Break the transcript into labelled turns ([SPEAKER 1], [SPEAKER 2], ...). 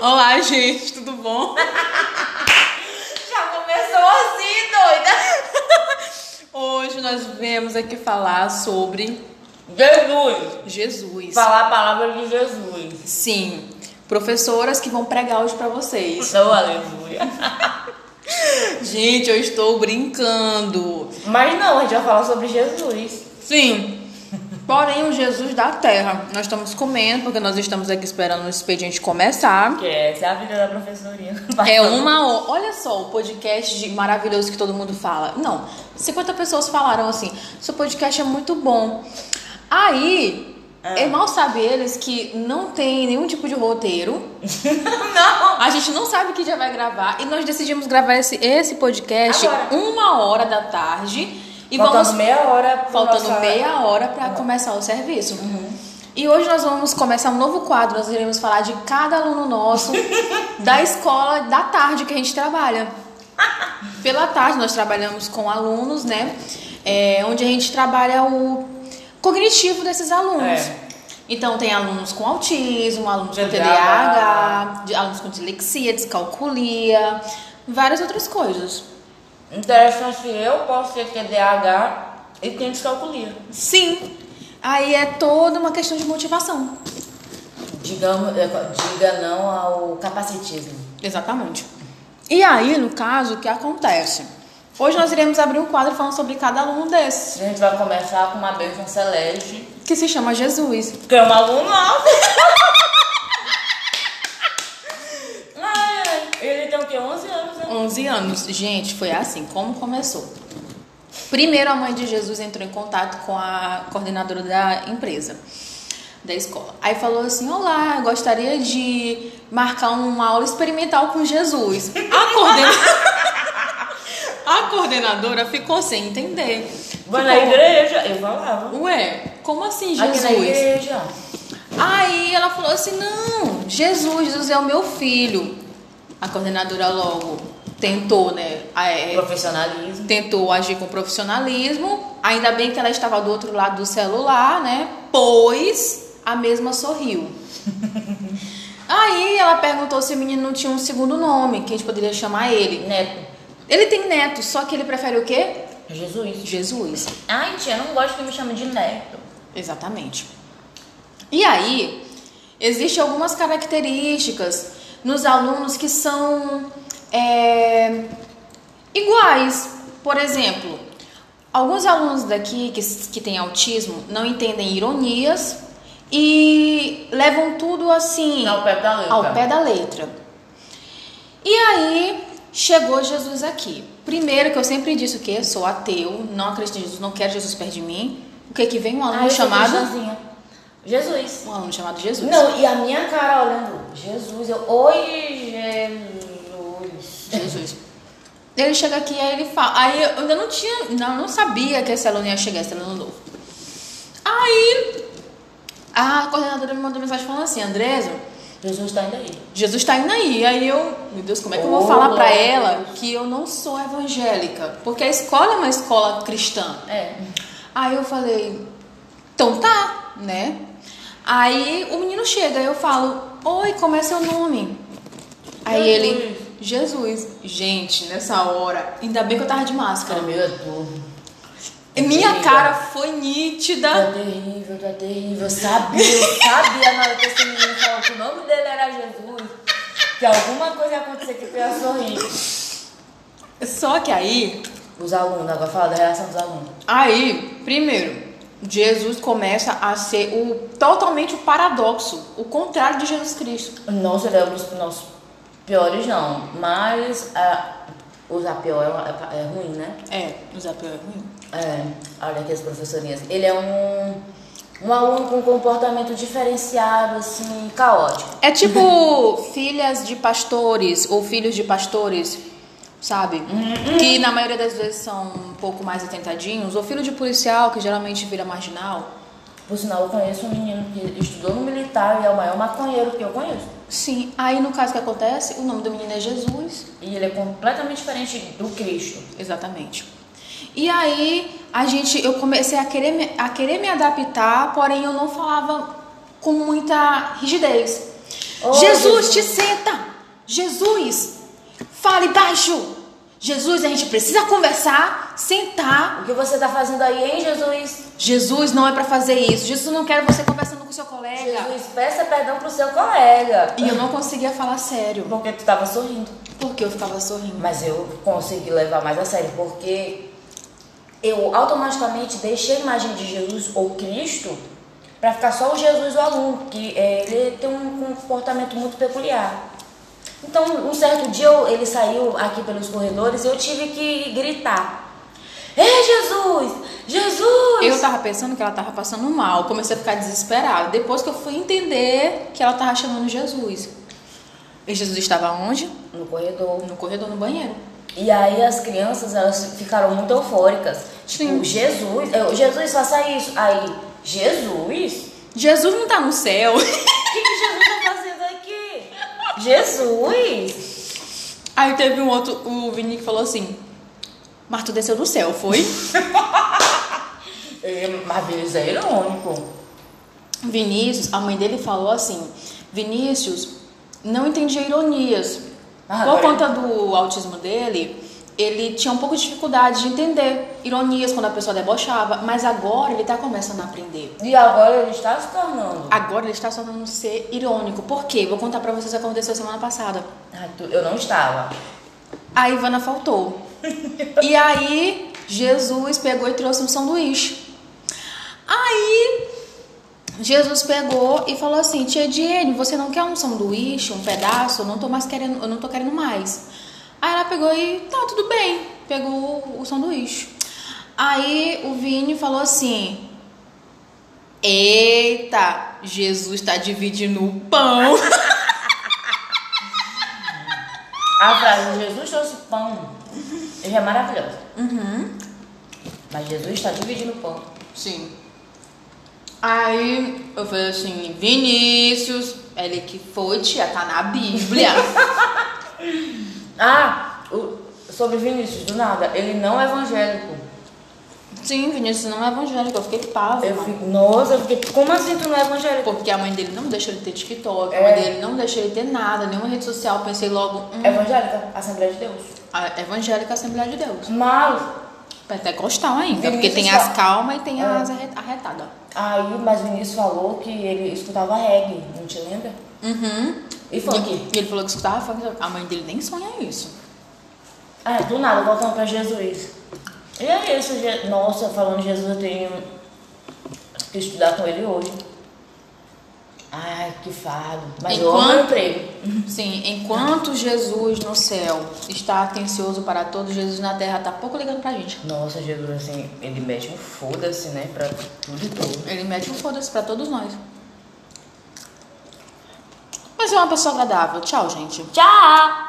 [SPEAKER 1] Olá, gente, tudo bom?
[SPEAKER 2] Já começou assim, doida.
[SPEAKER 1] Hoje nós viemos aqui falar sobre
[SPEAKER 2] Jesus.
[SPEAKER 1] Jesus.
[SPEAKER 2] Falar a palavra de Jesus.
[SPEAKER 1] Sim, professoras que vão pregar hoje pra vocês.
[SPEAKER 2] Sou aleluia.
[SPEAKER 1] Gente, eu estou brincando.
[SPEAKER 2] Mas não, a gente vai falar sobre Jesus.
[SPEAKER 1] Sim. Porém, o Jesus da terra. Nós estamos comendo, porque nós estamos aqui esperando o expediente começar.
[SPEAKER 2] Que essa é a vida da professorinha.
[SPEAKER 1] É
[SPEAKER 2] tá
[SPEAKER 1] uma. ho- Olha só, o podcast de maravilhoso que todo mundo fala. Não, 50 pessoas falaram assim: seu podcast é muito bom. Aí,
[SPEAKER 2] Ah.
[SPEAKER 1] é mal sabe eles que não tem nenhum tipo de roteiro.
[SPEAKER 2] Não.
[SPEAKER 1] A gente não sabe que já vai gravar. E nós decidimos gravar esse, esse podcast
[SPEAKER 2] Agora.
[SPEAKER 1] uma hora da tarde. E
[SPEAKER 2] faltando
[SPEAKER 1] vamos
[SPEAKER 2] meia hora. pro
[SPEAKER 1] faltando
[SPEAKER 2] nosso-
[SPEAKER 1] meia hora pra começar o serviço. E hoje nós vamos começar um novo quadro. Nós iremos falar de cada aluno nosso da escola da tarde que a gente trabalha. Pela tarde nós trabalhamos com alunos, né? É, onde a gente trabalha o cognitivo desses alunos.
[SPEAKER 2] É.
[SPEAKER 1] Então tem alunos com autismo, alunos com
[SPEAKER 2] TDAH.
[SPEAKER 1] TDAH, de- alunos com dislexia, descalculia, várias outras coisas.
[SPEAKER 2] Interessante, eu posso ter TDAH e tenho descalculia.
[SPEAKER 1] Sim. Aí é toda uma questão de motivação.
[SPEAKER 2] Digamos, diga não ao capacitismo.
[SPEAKER 1] Exatamente. E aí, no caso, o que acontece? Hoje nós iremos abrir um quadro falando sobre cada aluno desses,
[SPEAKER 2] A gente vai começar com uma bênção celeste.
[SPEAKER 1] que se chama Jesus.
[SPEAKER 2] Porque é um aluno alto. Ai, ai. Ele tem o quê? 11 anos, né?
[SPEAKER 1] 11 anos. Gente, foi assim como começou. Primeiro, a mãe de Jesus entrou em contato com a coordenadora da empresa, da escola. Aí falou assim: Olá, eu gostaria de marcar uma aula experimental com Jesus. A, coordena- a coordenadora ficou sem entender.
[SPEAKER 2] Vai na
[SPEAKER 1] Ficou,
[SPEAKER 2] igreja? Eu falava.
[SPEAKER 1] Ué, como assim,
[SPEAKER 2] Aqui na
[SPEAKER 1] Jesus?
[SPEAKER 2] igreja.
[SPEAKER 1] Aí ela falou assim: não, Jesus, Jesus é o meu filho. A coordenadora logo tentou, né? a- é,
[SPEAKER 2] Profissionalismo.
[SPEAKER 1] tentou agir com profissionalismo. Ainda bem que ela estava do outro lado do celular, né? Pois a mesma sorriu. Aí ela perguntou se o menino não tinha um segundo nome, que a gente poderia chamar ele.
[SPEAKER 2] Neto. É
[SPEAKER 1] Ele tem neto, só que ele prefere o quê?
[SPEAKER 2] Jesus.
[SPEAKER 1] Jesus.
[SPEAKER 2] Ai, tia, eu não gosto que me chame de neto.
[SPEAKER 1] Exatamente. E aí, existem algumas características nos alunos que são é, iguais. Por exemplo, alguns alunos daqui que, s- que têm autismo não entendem ironias e levam tudo assim
[SPEAKER 2] Ao pé da letra.
[SPEAKER 1] ao pé da letra. E aí chegou Jesus aqui. Primeiro que eu sempre disse o quê? Sou ateu, não acredito em Jesus, não quero Jesus perto de mim. O que que vem um
[SPEAKER 2] Ai,
[SPEAKER 1] aluno
[SPEAKER 2] Ah, eu sou
[SPEAKER 1] chamado?
[SPEAKER 2] cristãzinha. Jesus.
[SPEAKER 1] Um aluno chamado Jesus.
[SPEAKER 2] Não, e a minha cara olhando. Jesus. Eu, Oi, Jesus.
[SPEAKER 1] Jesus. Ele chega aqui aí ele fala. Aí eu ainda não tinha. Não, não sabia que esse aluno ia chegar, esse aluno novo. Aí a coordenadora me mandou mensagem falando assim, Andresa,
[SPEAKER 2] Jesus tá indo aí.
[SPEAKER 1] Jesus tá indo aí. Aí eu, meu Deus, como é que eu vou
[SPEAKER 2] Oh,
[SPEAKER 1] falar pra
[SPEAKER 2] glória a
[SPEAKER 1] ela que eu não sou evangélica? Porque a escola é uma escola cristã.
[SPEAKER 2] É.
[SPEAKER 1] Aí eu falei, então tá, né? Aí o menino chega, eu falo, oi, como é seu nome? Aí ele, Jesus. Gente, nessa hora, ainda bem que eu tava de máscara.
[SPEAKER 2] Meu Deus.
[SPEAKER 1] E Minha
[SPEAKER 2] Diga.
[SPEAKER 1] cara foi nítida.
[SPEAKER 2] Tá terrível, tá terrível. Eu sabia, eu sabia na hora que esse menino falou que o nome dele era Jesus. Que alguma coisa ia acontecer que tu ia sorrir.
[SPEAKER 1] Só que aí,
[SPEAKER 2] Os alunos, agora fala da reação dos alunos.
[SPEAKER 1] Aí, primeiro, Jesus começa a ser o totalmente o paradoxo, o contrário de Jesus Cristo.
[SPEAKER 2] Não seremos os nossos piores, não. Mas a, usar pior é, uma- é ruim, né?
[SPEAKER 1] É, usar é ruim.
[SPEAKER 2] É, olha aqui as professorinhas. Ele é um, um aluno com comportamento diferenciado, assim, caótico.
[SPEAKER 1] É tipo filhas de pastores ou filhos de pastores, sabe? Que na maioria das vezes são um pouco mais atentadinhos, ou filho de policial, que geralmente vira marginal.
[SPEAKER 2] Por sinal, eu conheço um menino que estudou no militar e é o maior maconheiro que eu conheço.
[SPEAKER 1] Sim, aí no caso que acontece, o nome do menino é Jesus.
[SPEAKER 2] E ele é completamente diferente do Cristo.
[SPEAKER 1] Exatamente. E aí a gente, eu comecei a querer, me, a querer me adaptar, porém eu não falava com muita rigidez.
[SPEAKER 2] Oh,
[SPEAKER 1] Jesus,
[SPEAKER 2] Jesus.
[SPEAKER 1] te senta. Jesus, fale baixo. Jesus, a gente precisa conversar, sentar.
[SPEAKER 2] O que você tá fazendo aí, hein, Jesus?
[SPEAKER 1] Jesus não é pra fazer isso. Jesus não quer você conversando com seu colega.
[SPEAKER 2] Jesus, peça perdão pro seu colega.
[SPEAKER 1] E eu não conseguia falar sério,
[SPEAKER 2] Porque tu tava sorrindo.
[SPEAKER 1] porque eu ficava sorrindo.
[SPEAKER 2] Mas eu consegui levar mais a sério, porque eu automaticamente deixei a imagem de Jesus ou Cristo pra ficar só o Jesus o aluno, que é, ele tem um comportamento muito peculiar. Então, um certo dia eu- ele saiu aqui pelos corredores e eu tive que gritar. Ei, Jesus! Jesus!
[SPEAKER 1] Eu tava pensando que ela tava passando mal, comecei a ficar desesperada. Depois que eu fui entender que ela tava chamando Jesus. E Jesus estava onde?
[SPEAKER 2] No corredor.
[SPEAKER 1] No corredor, no banheiro.
[SPEAKER 2] E aí as crianças, elas ficaram muito eufóricas. Tipo,
[SPEAKER 1] Sim.
[SPEAKER 2] Jesus, eu, Jesus, faça isso. Aí, Jesus?
[SPEAKER 1] Jesus não tá no céu.
[SPEAKER 2] O que, que Jesus tá fazendo aqui? Jesus?
[SPEAKER 1] Aí teve um outro, o Vini que falou assim: Mas tu desceu do céu, foi?
[SPEAKER 2] É, mas beleza, é irônico.
[SPEAKER 1] Vinícius, a mãe dele falou assim: Vinícius, não entendi ironias.
[SPEAKER 2] Ah,
[SPEAKER 1] Por
[SPEAKER 2] agora-
[SPEAKER 1] conta do autismo dele, ele tinha um pouco de dificuldade de entender ironias quando a pessoa debochava, mas agora ele tá começando a aprender.
[SPEAKER 2] E agora ele está se tornando.
[SPEAKER 1] Agora ele está só um ser irônico. Por quê? Vou contar pra vocês o que aconteceu semana passada.
[SPEAKER 2] Ah, tu- eu não estava.
[SPEAKER 1] A Ivana faltou. e aí, Jesus pegou e trouxe um sanduíche. Aí, Jesus pegou e falou assim: Tia Diene, você não quer um sanduíche, um pedaço? Eu não tô mais querendo, eu não tô querendo mais. Aí ela pegou e tá, tudo bem. Pegou o sanduíche. Aí o Vini falou assim: Eita, Jesus tá dividindo o pão.
[SPEAKER 2] A frase Jesus trouxe pão já é maravilhosa. Mas Jesus está dividindo pão.
[SPEAKER 1] Sim. Aí eu falei assim, Vinícius, ele que foi, tia, tá na Bíblia.
[SPEAKER 2] Ah, o- sobre Vinícius, do nada, ele não é evangélico.
[SPEAKER 1] Sim, Vinícius não é evangélico, eu fiquei pava.
[SPEAKER 2] Eu fico, nossa, eu fiquei, como assim tu não é evangélico?
[SPEAKER 1] Porque a mãe dele não deixa ele ter TikTok, a
[SPEAKER 2] É.
[SPEAKER 1] mãe dele não deixa ele ter nada, nenhuma rede social. Eu Pensei logo, hum,
[SPEAKER 2] Evangélica, Assembleia de Deus.
[SPEAKER 1] a evangélica Assembleia de Deus.
[SPEAKER 2] Mas,
[SPEAKER 1] Pentecostal ainda, porque
[SPEAKER 2] Vinícius tá- É.
[SPEAKER 1] tem
[SPEAKER 2] já-
[SPEAKER 1] as calmas e tem as arre- arretadas.
[SPEAKER 2] aí, mas o Vinícius falou que ele escutava reggae, não te lembra?
[SPEAKER 1] Uhum.
[SPEAKER 2] E funk?
[SPEAKER 1] E ele falou que escutava funk. A mãe dele nem sonha isso.
[SPEAKER 2] Ah, do nada, voltando pra Jesus. E é isso, Je- nossa, falando de Jesus, eu tenho que estudar com ele hoje. Ai, que fado. Mas eu amo meu
[SPEAKER 1] Enquanto-
[SPEAKER 2] emprego.
[SPEAKER 1] Sim, enquanto Jesus no céu está atencioso para todos, Jesus na terra tá pouco ligando pra gente.
[SPEAKER 2] Nossa, Jesus, assim, ele mete um foda-se, né, pra tudo e tudo.
[SPEAKER 1] Ele mete um foda-se pra todos nós. Mas é uma pessoa agradável. Tchau, gente.
[SPEAKER 2] Tchau!